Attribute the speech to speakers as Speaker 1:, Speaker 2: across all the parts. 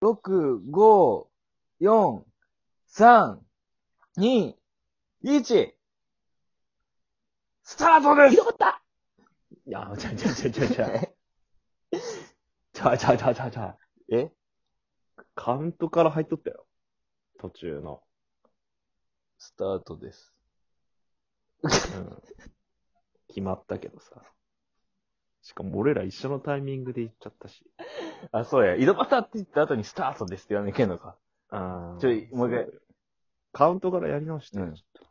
Speaker 1: 六、五、四、三、二、一、スタートです
Speaker 2: ひどかったいや、ちゃうちゃうちゃうちゃうちゃう。ちゃうちゃうちゃうちゃうちゃう。
Speaker 1: え
Speaker 2: カウントから入っとったよ。途中の。
Speaker 1: スタートです。
Speaker 2: うん。決まったけどさ。しかも俺ら一緒のタイミングで行っちゃったし。
Speaker 1: あ、そうや。井戸端って言った後にスタートですって言わなきゃいけんのか。
Speaker 2: あー
Speaker 1: ちょいもう一回。
Speaker 2: そだよカウントからやり直して。
Speaker 1: うん
Speaker 2: ちょっ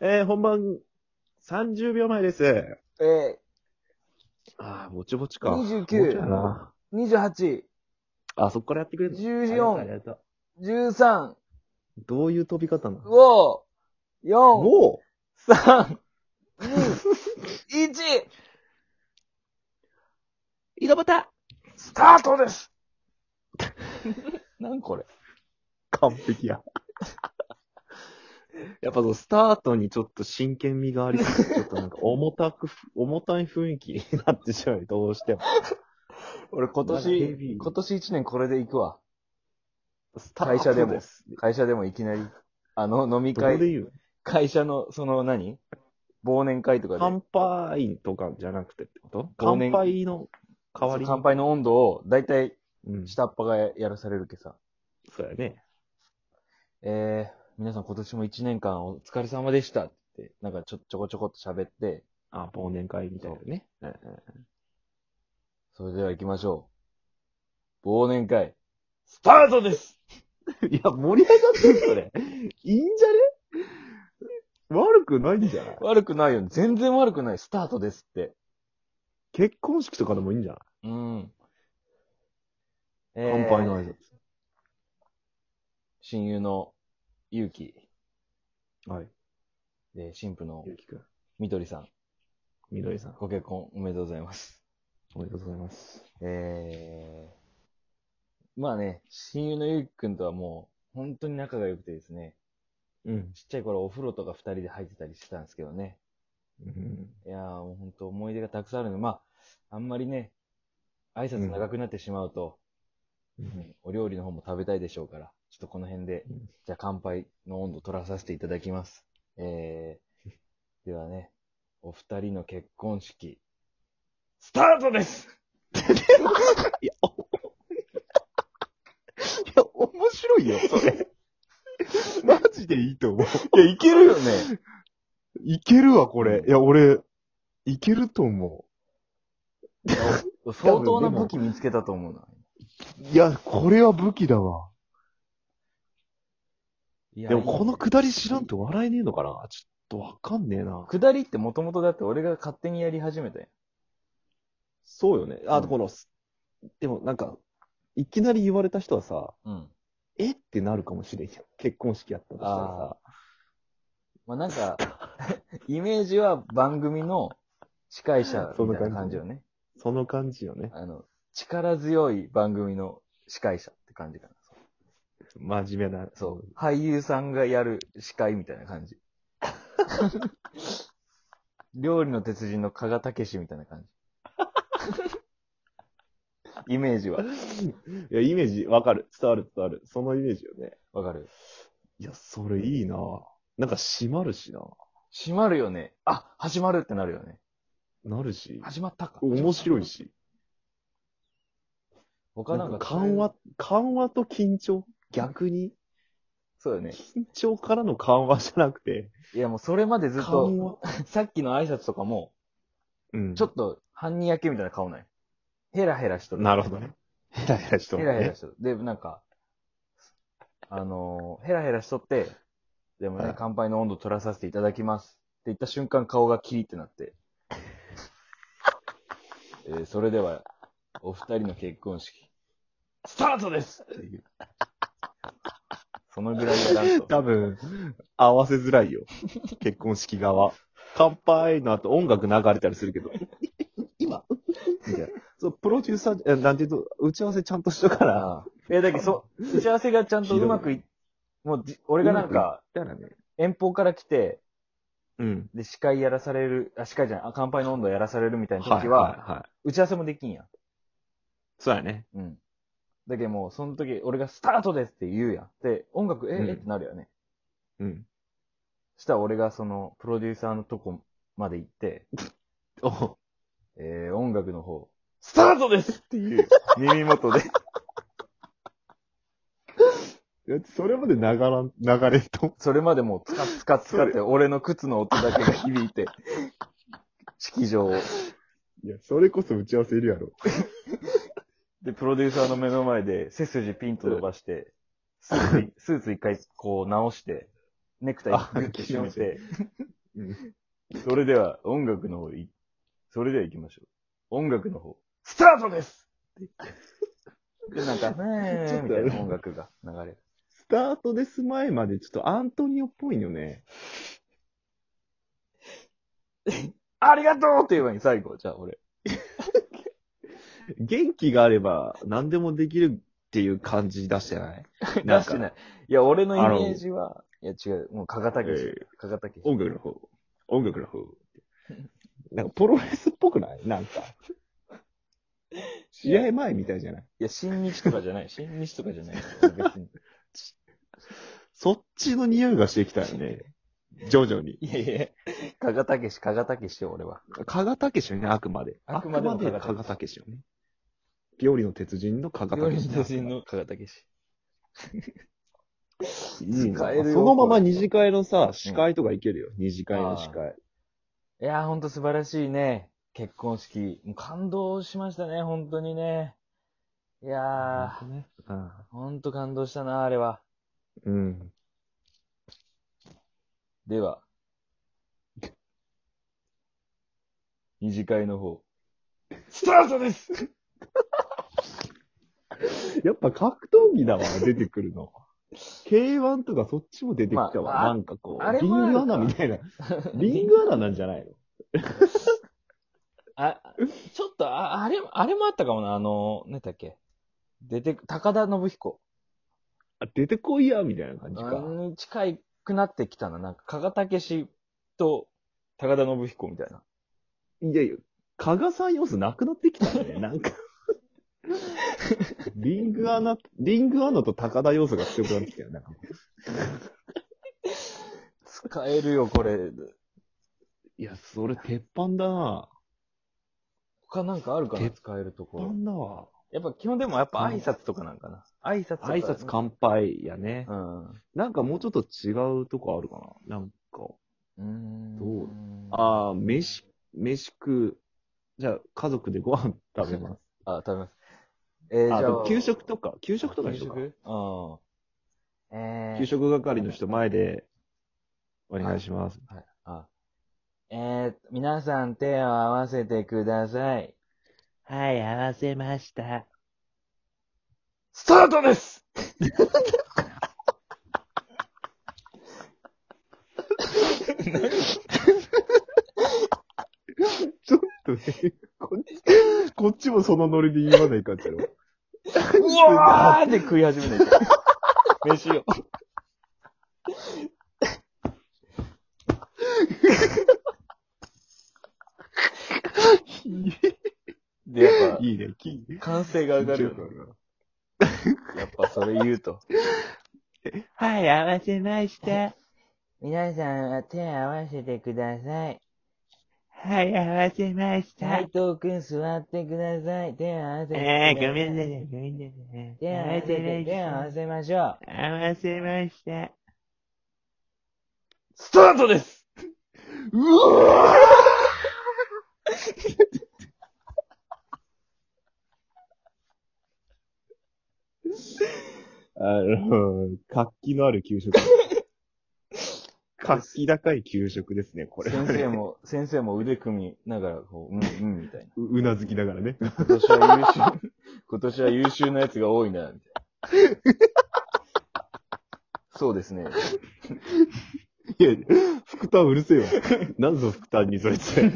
Speaker 2: とえー、本番30秒前です。
Speaker 1: え
Speaker 2: ああ、ぼちぼちか。
Speaker 1: 29
Speaker 2: もうちょいやな
Speaker 1: ー、二十八、
Speaker 2: あ、そっからやってくれるの
Speaker 1: 十
Speaker 2: あり
Speaker 1: 四、
Speaker 2: がとうありがと
Speaker 1: 十三、
Speaker 2: うどういう飛び方なの
Speaker 1: 五、四、
Speaker 2: もう
Speaker 1: 三、二、一、
Speaker 2: 井戸端
Speaker 1: スタートです なんこれ
Speaker 2: 完璧や。 やっぱそのスタートにちょっと真剣味がありすぎて、ちょっとなんか重たく、 重たい雰囲気になってしまう、どうしても。
Speaker 1: 俺今
Speaker 2: なんかヘビ
Speaker 1: 年、
Speaker 2: ー
Speaker 1: 今年一年これで行くわ。
Speaker 2: スタート
Speaker 1: 会社でも
Speaker 2: です
Speaker 1: 会社でもいきなり、あの、飲み
Speaker 2: どこで
Speaker 1: 会、
Speaker 2: 言う
Speaker 1: 会社の、その何忘年会とかで。
Speaker 2: 乾杯とかじゃなくてってこと
Speaker 1: 忘年
Speaker 2: 乾杯の代わりに。
Speaker 1: 乾杯の温度を、だいたい
Speaker 2: うん。
Speaker 1: 下っ端がやらされるけさ。
Speaker 2: そうやね。
Speaker 1: えー、皆さん今年も一年間お疲れ様でしたって、なんかちょ、ちょこちょこっと喋って、
Speaker 2: あ、忘年会みたいなね。うん
Speaker 1: それでは行きましょう。忘年会、スタートです
Speaker 2: うんいや、盛り上がってる、それ。 いいんじゃね悪くないんじゃない
Speaker 1: 悪くないよね。全然悪くない。スタートですって。
Speaker 2: 結婚式とかでもいいんじゃない
Speaker 1: うん。
Speaker 2: 乾杯の挨拶。
Speaker 1: 親友のゆうき、
Speaker 2: はい。
Speaker 1: で、新婦の
Speaker 2: ゆうきくん。
Speaker 1: みどりさん、
Speaker 2: みどりさん。
Speaker 1: ご結婚おめでとうございます。
Speaker 2: おめでとうございます。
Speaker 1: えー、まあね、親友のゆうきくんとはもう、本当に仲が良くてですね、
Speaker 2: うん。
Speaker 1: ちっちゃい頃お風呂とか二人で入ってたりしてたんですけどね。いやー、もう本当思い出がたくさんあるので、まあ、あんまりね、挨拶長くなってしまうと、
Speaker 2: うん。
Speaker 1: お料理の方も食べたいでしょうから、ちょっとこの辺で、
Speaker 2: うん
Speaker 1: じゃあ乾杯の温度取らさせていただきます。えー、ではね、お二人の結婚式、スタートです
Speaker 2: いや、おいや、面白いよ、そ れ。マジでいいと思う。
Speaker 1: いや、いけるよね。
Speaker 2: いけるわ、これ。いや、俺、いけると思
Speaker 1: 相当な武器見つけたと思うな。
Speaker 2: う。いや、これは武器だわ。
Speaker 1: いや
Speaker 2: でも、この
Speaker 1: く、
Speaker 2: くだり知らんと笑えねえのかなちょっとわかんねえな。
Speaker 1: 下りってもともとだって俺が勝手にやり始めたよ。
Speaker 2: そうよね。
Speaker 1: うん
Speaker 2: の、でもなんか、いきなり言われた人はさ、
Speaker 1: うん。
Speaker 2: えってなるかもしれんよ。結婚式やったとしたらさ。
Speaker 1: まあなんか、 イメージは番組の司会 者みたいな感じよね。
Speaker 2: その感じよね。
Speaker 1: あの、力強い番組の司会者って感じかな。
Speaker 2: 真面目な。
Speaker 1: そう。俳優さんがやる司会みたいな 感じ。料理の鉄人の加賀武史みたいな感じ。イメージは。
Speaker 2: いや、イメージわかる。伝わる伝わる。そのイメージよね。
Speaker 1: わかる
Speaker 2: いや、それいいななんか閉まるしな
Speaker 1: 閉まるよね。あ、始まるってなるよね。
Speaker 2: なるし、
Speaker 1: 始まったか。
Speaker 2: 面白い。し。
Speaker 1: 他
Speaker 2: な
Speaker 1: なん
Speaker 2: ん
Speaker 1: か
Speaker 2: か緩和、緩和と緊張逆に
Speaker 1: そうよね。
Speaker 2: 緊張からの緩和じゃなくて、
Speaker 1: いやもうそれまでずっ
Speaker 2: 緩
Speaker 1: と、
Speaker 2: 和。
Speaker 1: さっきの挨拶とかも、
Speaker 2: うん。
Speaker 1: ちょっと半人焼けみたいな顔ない。ヘラヘラしとる。
Speaker 2: なるほどね。。ヘラヘラしと
Speaker 1: ヘ
Speaker 2: る
Speaker 1: ラヘラ
Speaker 2: ね。
Speaker 1: しとる。で、なんか、あのーヘラヘラしとって、でも
Speaker 2: は
Speaker 1: ね
Speaker 2: い、
Speaker 1: 乾杯の温度取らさせていただきます。って言った瞬間、顔がキリってなって。えーそれでは、お二人の結婚式、スタートですっていう。そのぐらいがなんと。
Speaker 2: 多分、合わせづらいよ。結婚式側。乾杯の後音楽流れたりするけど。今みたいな。そう、プロデューサー、えなんていうと、打ち合わせちゃんとしとかな。
Speaker 1: ああいや、だけど、そ、打ち合わせがちゃんとうまくい、もうじ、俺がなん
Speaker 2: うま
Speaker 1: か、
Speaker 2: だからね。
Speaker 1: 遠方から来て、
Speaker 2: うん。
Speaker 1: で、司会やらされる、あ、司会じゃない、あ、乾杯の温度やらされるみたいな
Speaker 2: はい
Speaker 1: 時
Speaker 2: は
Speaker 1: は、
Speaker 2: いはい。
Speaker 1: 打ち合わせもできんや。
Speaker 2: そうやね。
Speaker 1: うん。だけどもう、その時、俺がスタートですって言うやん。で、音楽、え、
Speaker 2: うん
Speaker 1: えってなるよね。
Speaker 2: うん。
Speaker 1: したら俺がその、プロデューサーのとこまで行って、
Speaker 2: お
Speaker 1: えー、音楽の方、
Speaker 2: スタートです
Speaker 1: っていう、 耳元で。
Speaker 2: いやそれまで流らん、流れと。
Speaker 1: それまでもう、つかつかつかって、俺の靴の音だけが響いて、式場を。
Speaker 2: いや、それこそ打ち合わせいるやろ。
Speaker 1: で、プロデューサーの目の前で、背筋ピンと伸ばして、スー ツい、スーツ一回こう直して、ネクタイグッと締めて、
Speaker 2: うん。
Speaker 1: それでは音楽の方い、それでは行きましょう。音楽の方、スタートですって言 って。で、なんか、ね
Speaker 2: ちょ
Speaker 1: ー
Speaker 2: っ
Speaker 1: み
Speaker 2: とあ
Speaker 1: た
Speaker 2: れ
Speaker 1: いな音楽が流れる。
Speaker 2: スタートです前までちょっとアントニオっぽいよね。
Speaker 1: ありがとうっていう前に最後、じゃあ俺。
Speaker 2: 元気があれば何でもできるっていう感じ出して ない。
Speaker 1: 出してないい。いや、俺のイメージは、いや違う、もう加賀武
Speaker 2: え
Speaker 1: 史。加賀武史。
Speaker 2: 音楽の方。音楽の方。なんかプロレスっぽくないなんか。試合前みたいじゃない
Speaker 1: いや、新日とかじゃない。新日とかじゃ ない。別に。
Speaker 2: そっちの匂いがしてきたよね。徐々に。
Speaker 1: いやいや、加賀武史、加賀武史よ、俺は。
Speaker 2: 加賀武史よね、あくまで。
Speaker 1: あくまでも
Speaker 2: あくまで加賀武史よね。ピオリの鉄人の加賀
Speaker 1: 料
Speaker 2: 武
Speaker 1: 理
Speaker 2: 史。
Speaker 1: の人の加賀武史。
Speaker 2: いいな
Speaker 1: 使えるよ
Speaker 2: そのまま二次会のさ、司会とかいけるよ。二次会の司会。
Speaker 1: いやー、ほんと素晴らしいね。結婚式。もう感動しましたね、本当にね。いやー、
Speaker 2: ね。うん
Speaker 1: ほんと感動したな、あれは。
Speaker 2: うん。
Speaker 1: では。二次会の方。スタートです
Speaker 2: やっぱ格闘技だわ、出てく るの。K1 とかそっちも出てきた
Speaker 1: ま
Speaker 2: わ。
Speaker 1: あまあ
Speaker 2: なんかこ
Speaker 1: あ
Speaker 2: う、
Speaker 1: れ
Speaker 2: リ
Speaker 1: もある
Speaker 2: ング
Speaker 1: か
Speaker 2: アナみたいな。リングアナなんじゃないの
Speaker 1: あ、ちょっと、あ、あれ、あれもあったかもな、あの、何だっけ。出て、高田信彦。
Speaker 2: あ出てこいや、みたいな感じ
Speaker 1: あ
Speaker 2: か。
Speaker 1: の近いくなってきたな、なんか、加賀武史と高田信彦みたいな。
Speaker 2: いやいや、加賀さん要素なくなってきた ね。なんか。リングアナ、リングアナと高田要素が強くなってきたよ。なんか
Speaker 1: 使えるよ、これ。
Speaker 2: いや、それ鉄板だな。
Speaker 1: 他なんかあるかな
Speaker 2: 鉄
Speaker 1: 使えるとこ
Speaker 2: 鉄
Speaker 1: ろ。
Speaker 2: 板だわ。
Speaker 1: やっぱ基本でもやっぱ挨拶とかなんかな。挨拶とか。
Speaker 2: 挨拶乾杯やね。
Speaker 1: うん。う
Speaker 2: なんかもうちょっと違うとこあるかな。なんか。
Speaker 1: ーん。
Speaker 2: どうああ、飯、飯食う。じゃあ、家族でご飯食べます。
Speaker 1: あ。あ、食べます。えー、じ
Speaker 2: あ
Speaker 1: ゃ
Speaker 2: でも
Speaker 1: あ。
Speaker 2: 給食とか、給食とか
Speaker 1: 給
Speaker 2: にしようか
Speaker 1: 食うん。えー、
Speaker 2: 給食係の人前で、お願いします。
Speaker 1: はい。あ。えー、皆さん手を合わせてください。はい、合わせました。スタートです
Speaker 2: ちょっとね、こっち、 こっちもそのノリで言わないかんじゃろ。
Speaker 1: うわーって食い始めない と。飯を。で、 やっぱ、
Speaker 2: いいね、金。
Speaker 1: 歓声が上がるよね。やっぱそれ言うと。
Speaker 2: はい、合わせました。
Speaker 1: 皆さんは手を合わせてください。
Speaker 2: はい、合わせまし
Speaker 1: 斉藤くん座ってください。手を合わせてください。
Speaker 2: い、ごめんなさい
Speaker 1: 手を合わせて、手を合わせましょう。
Speaker 2: 合わせました。
Speaker 1: スタートです
Speaker 2: うわーあの、活気のある給食。活気高い給食ですね、これ。
Speaker 1: 先生 も、先生も腕組みながら、こう、うん、うん、み たいな。
Speaker 2: う。うなずきながらね。
Speaker 1: 今年は優秀、今年は優秀なやつが多いな、みたいな。そうですね。
Speaker 2: いや、福田うるせえわ。なんぞ福田にそれって。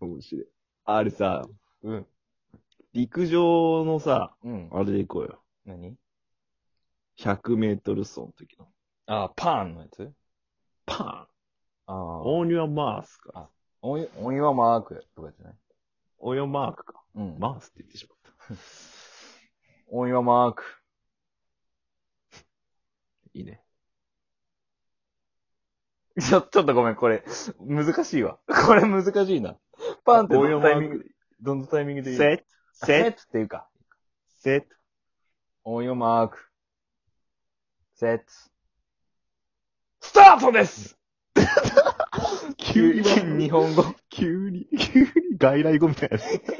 Speaker 2: 面白い。あれさ、
Speaker 1: うん。
Speaker 2: 陸上のさ、
Speaker 1: うん。
Speaker 2: あれで行こうよ。
Speaker 1: 何
Speaker 2: 100メートル走の時の。
Speaker 1: あ、パーンのやつ
Speaker 2: パ
Speaker 1: あ
Speaker 2: ーン
Speaker 1: あ。
Speaker 2: オーニュアマースか。
Speaker 1: おい、おいはマークとかじゃない
Speaker 2: オーニュアマークか。
Speaker 1: うん。
Speaker 2: マースって言ってしまっ
Speaker 1: オンイワマーク。
Speaker 2: いいね。
Speaker 1: ちょ、ちょっとごめん、これ、難しいわ。 これ難しいな。パンってどのタイミングで、どのタイミングで言う
Speaker 2: セット、セ
Speaker 1: セッ
Speaker 2: ッ
Speaker 1: トっていうか。
Speaker 2: ト、セット。
Speaker 1: オンイワマーク。セット。スタートです
Speaker 2: 急に、
Speaker 1: 日本 語。
Speaker 2: 急に、 急に外来語みたいなやつ。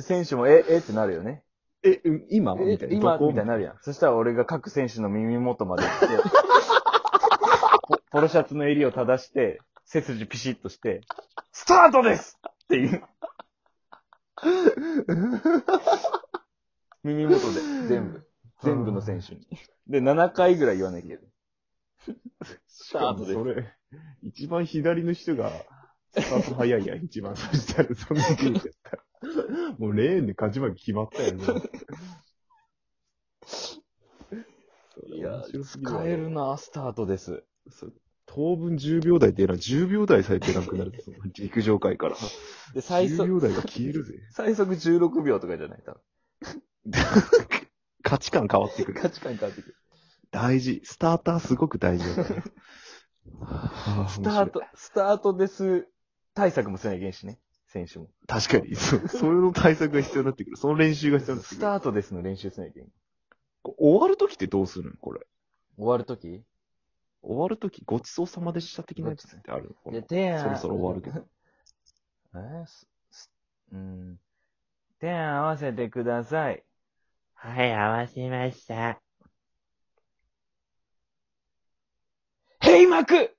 Speaker 1: 選手も、え、えってなるよね。
Speaker 2: え、うん今
Speaker 1: え
Speaker 2: みたいな。
Speaker 1: 今
Speaker 2: どこ
Speaker 1: みたいになるやん。そしたら俺が各選手の耳元まで行って、 ポポロシャツの襟を正して、背筋ピシッとして、スタートですっていう。耳元で、全部。全部の選手に。で、7回ぐらい言わなきゃいけない。
Speaker 2: しかもそれ、一番左の人が、スタート早いや ん、一番。そしたら、そんなにやったら。もうレーンで勝ち負け決まった よね。
Speaker 1: いや
Speaker 2: 面白すぎわ
Speaker 1: 使えるな、スタートです。
Speaker 2: それ当分10秒台っていうのは10秒台さえ出なくなる。 その陸上界から。
Speaker 1: で、最
Speaker 2: 10
Speaker 1: 速、
Speaker 2: 秒台が消えるぜ。
Speaker 1: 最速16秒とかじゃない多分。
Speaker 2: 価値観変わってくる。
Speaker 1: 価値観変わってくる。
Speaker 2: 大事。スターターすごく大事 だからね。
Speaker 1: ス
Speaker 2: ス
Speaker 1: タート、スタートです対策もせなきゃいけんしね。選手も。
Speaker 2: 確かに、そう、そういうの対策が必要になってくる。その練習が必要になって
Speaker 1: ス
Speaker 2: くる。
Speaker 1: タートですの練習せなきゃいけん。
Speaker 2: 終わるときってどうするのこれ。
Speaker 1: 終わるとき
Speaker 2: 終わるとき、ごちそうさまでした的なやつってあるのこ
Speaker 1: いや、
Speaker 2: の
Speaker 1: てやん。
Speaker 2: そろそろ終わるけど。
Speaker 1: えーす、す、うん。手を合わせてください。
Speaker 3: はい、合わせました。
Speaker 1: 閉幕